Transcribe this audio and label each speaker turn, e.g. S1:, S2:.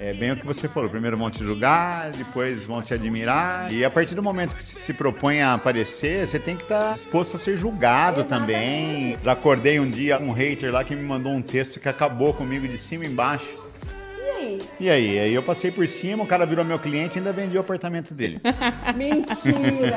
S1: É bem o que você falou. Primeiro vão te julgar, depois vão te admirar. E a partir do momento que se propõe a aparecer, você tem que estar disposto a ser julgado também. Já acordei um dia um hater lá que me mandou um texto que acabou comigo de cima e embaixo.
S2: E aí?
S1: E aí? Aí eu passei por cima, o cara virou meu cliente e ainda vendi o apartamento dele.
S2: Mentira!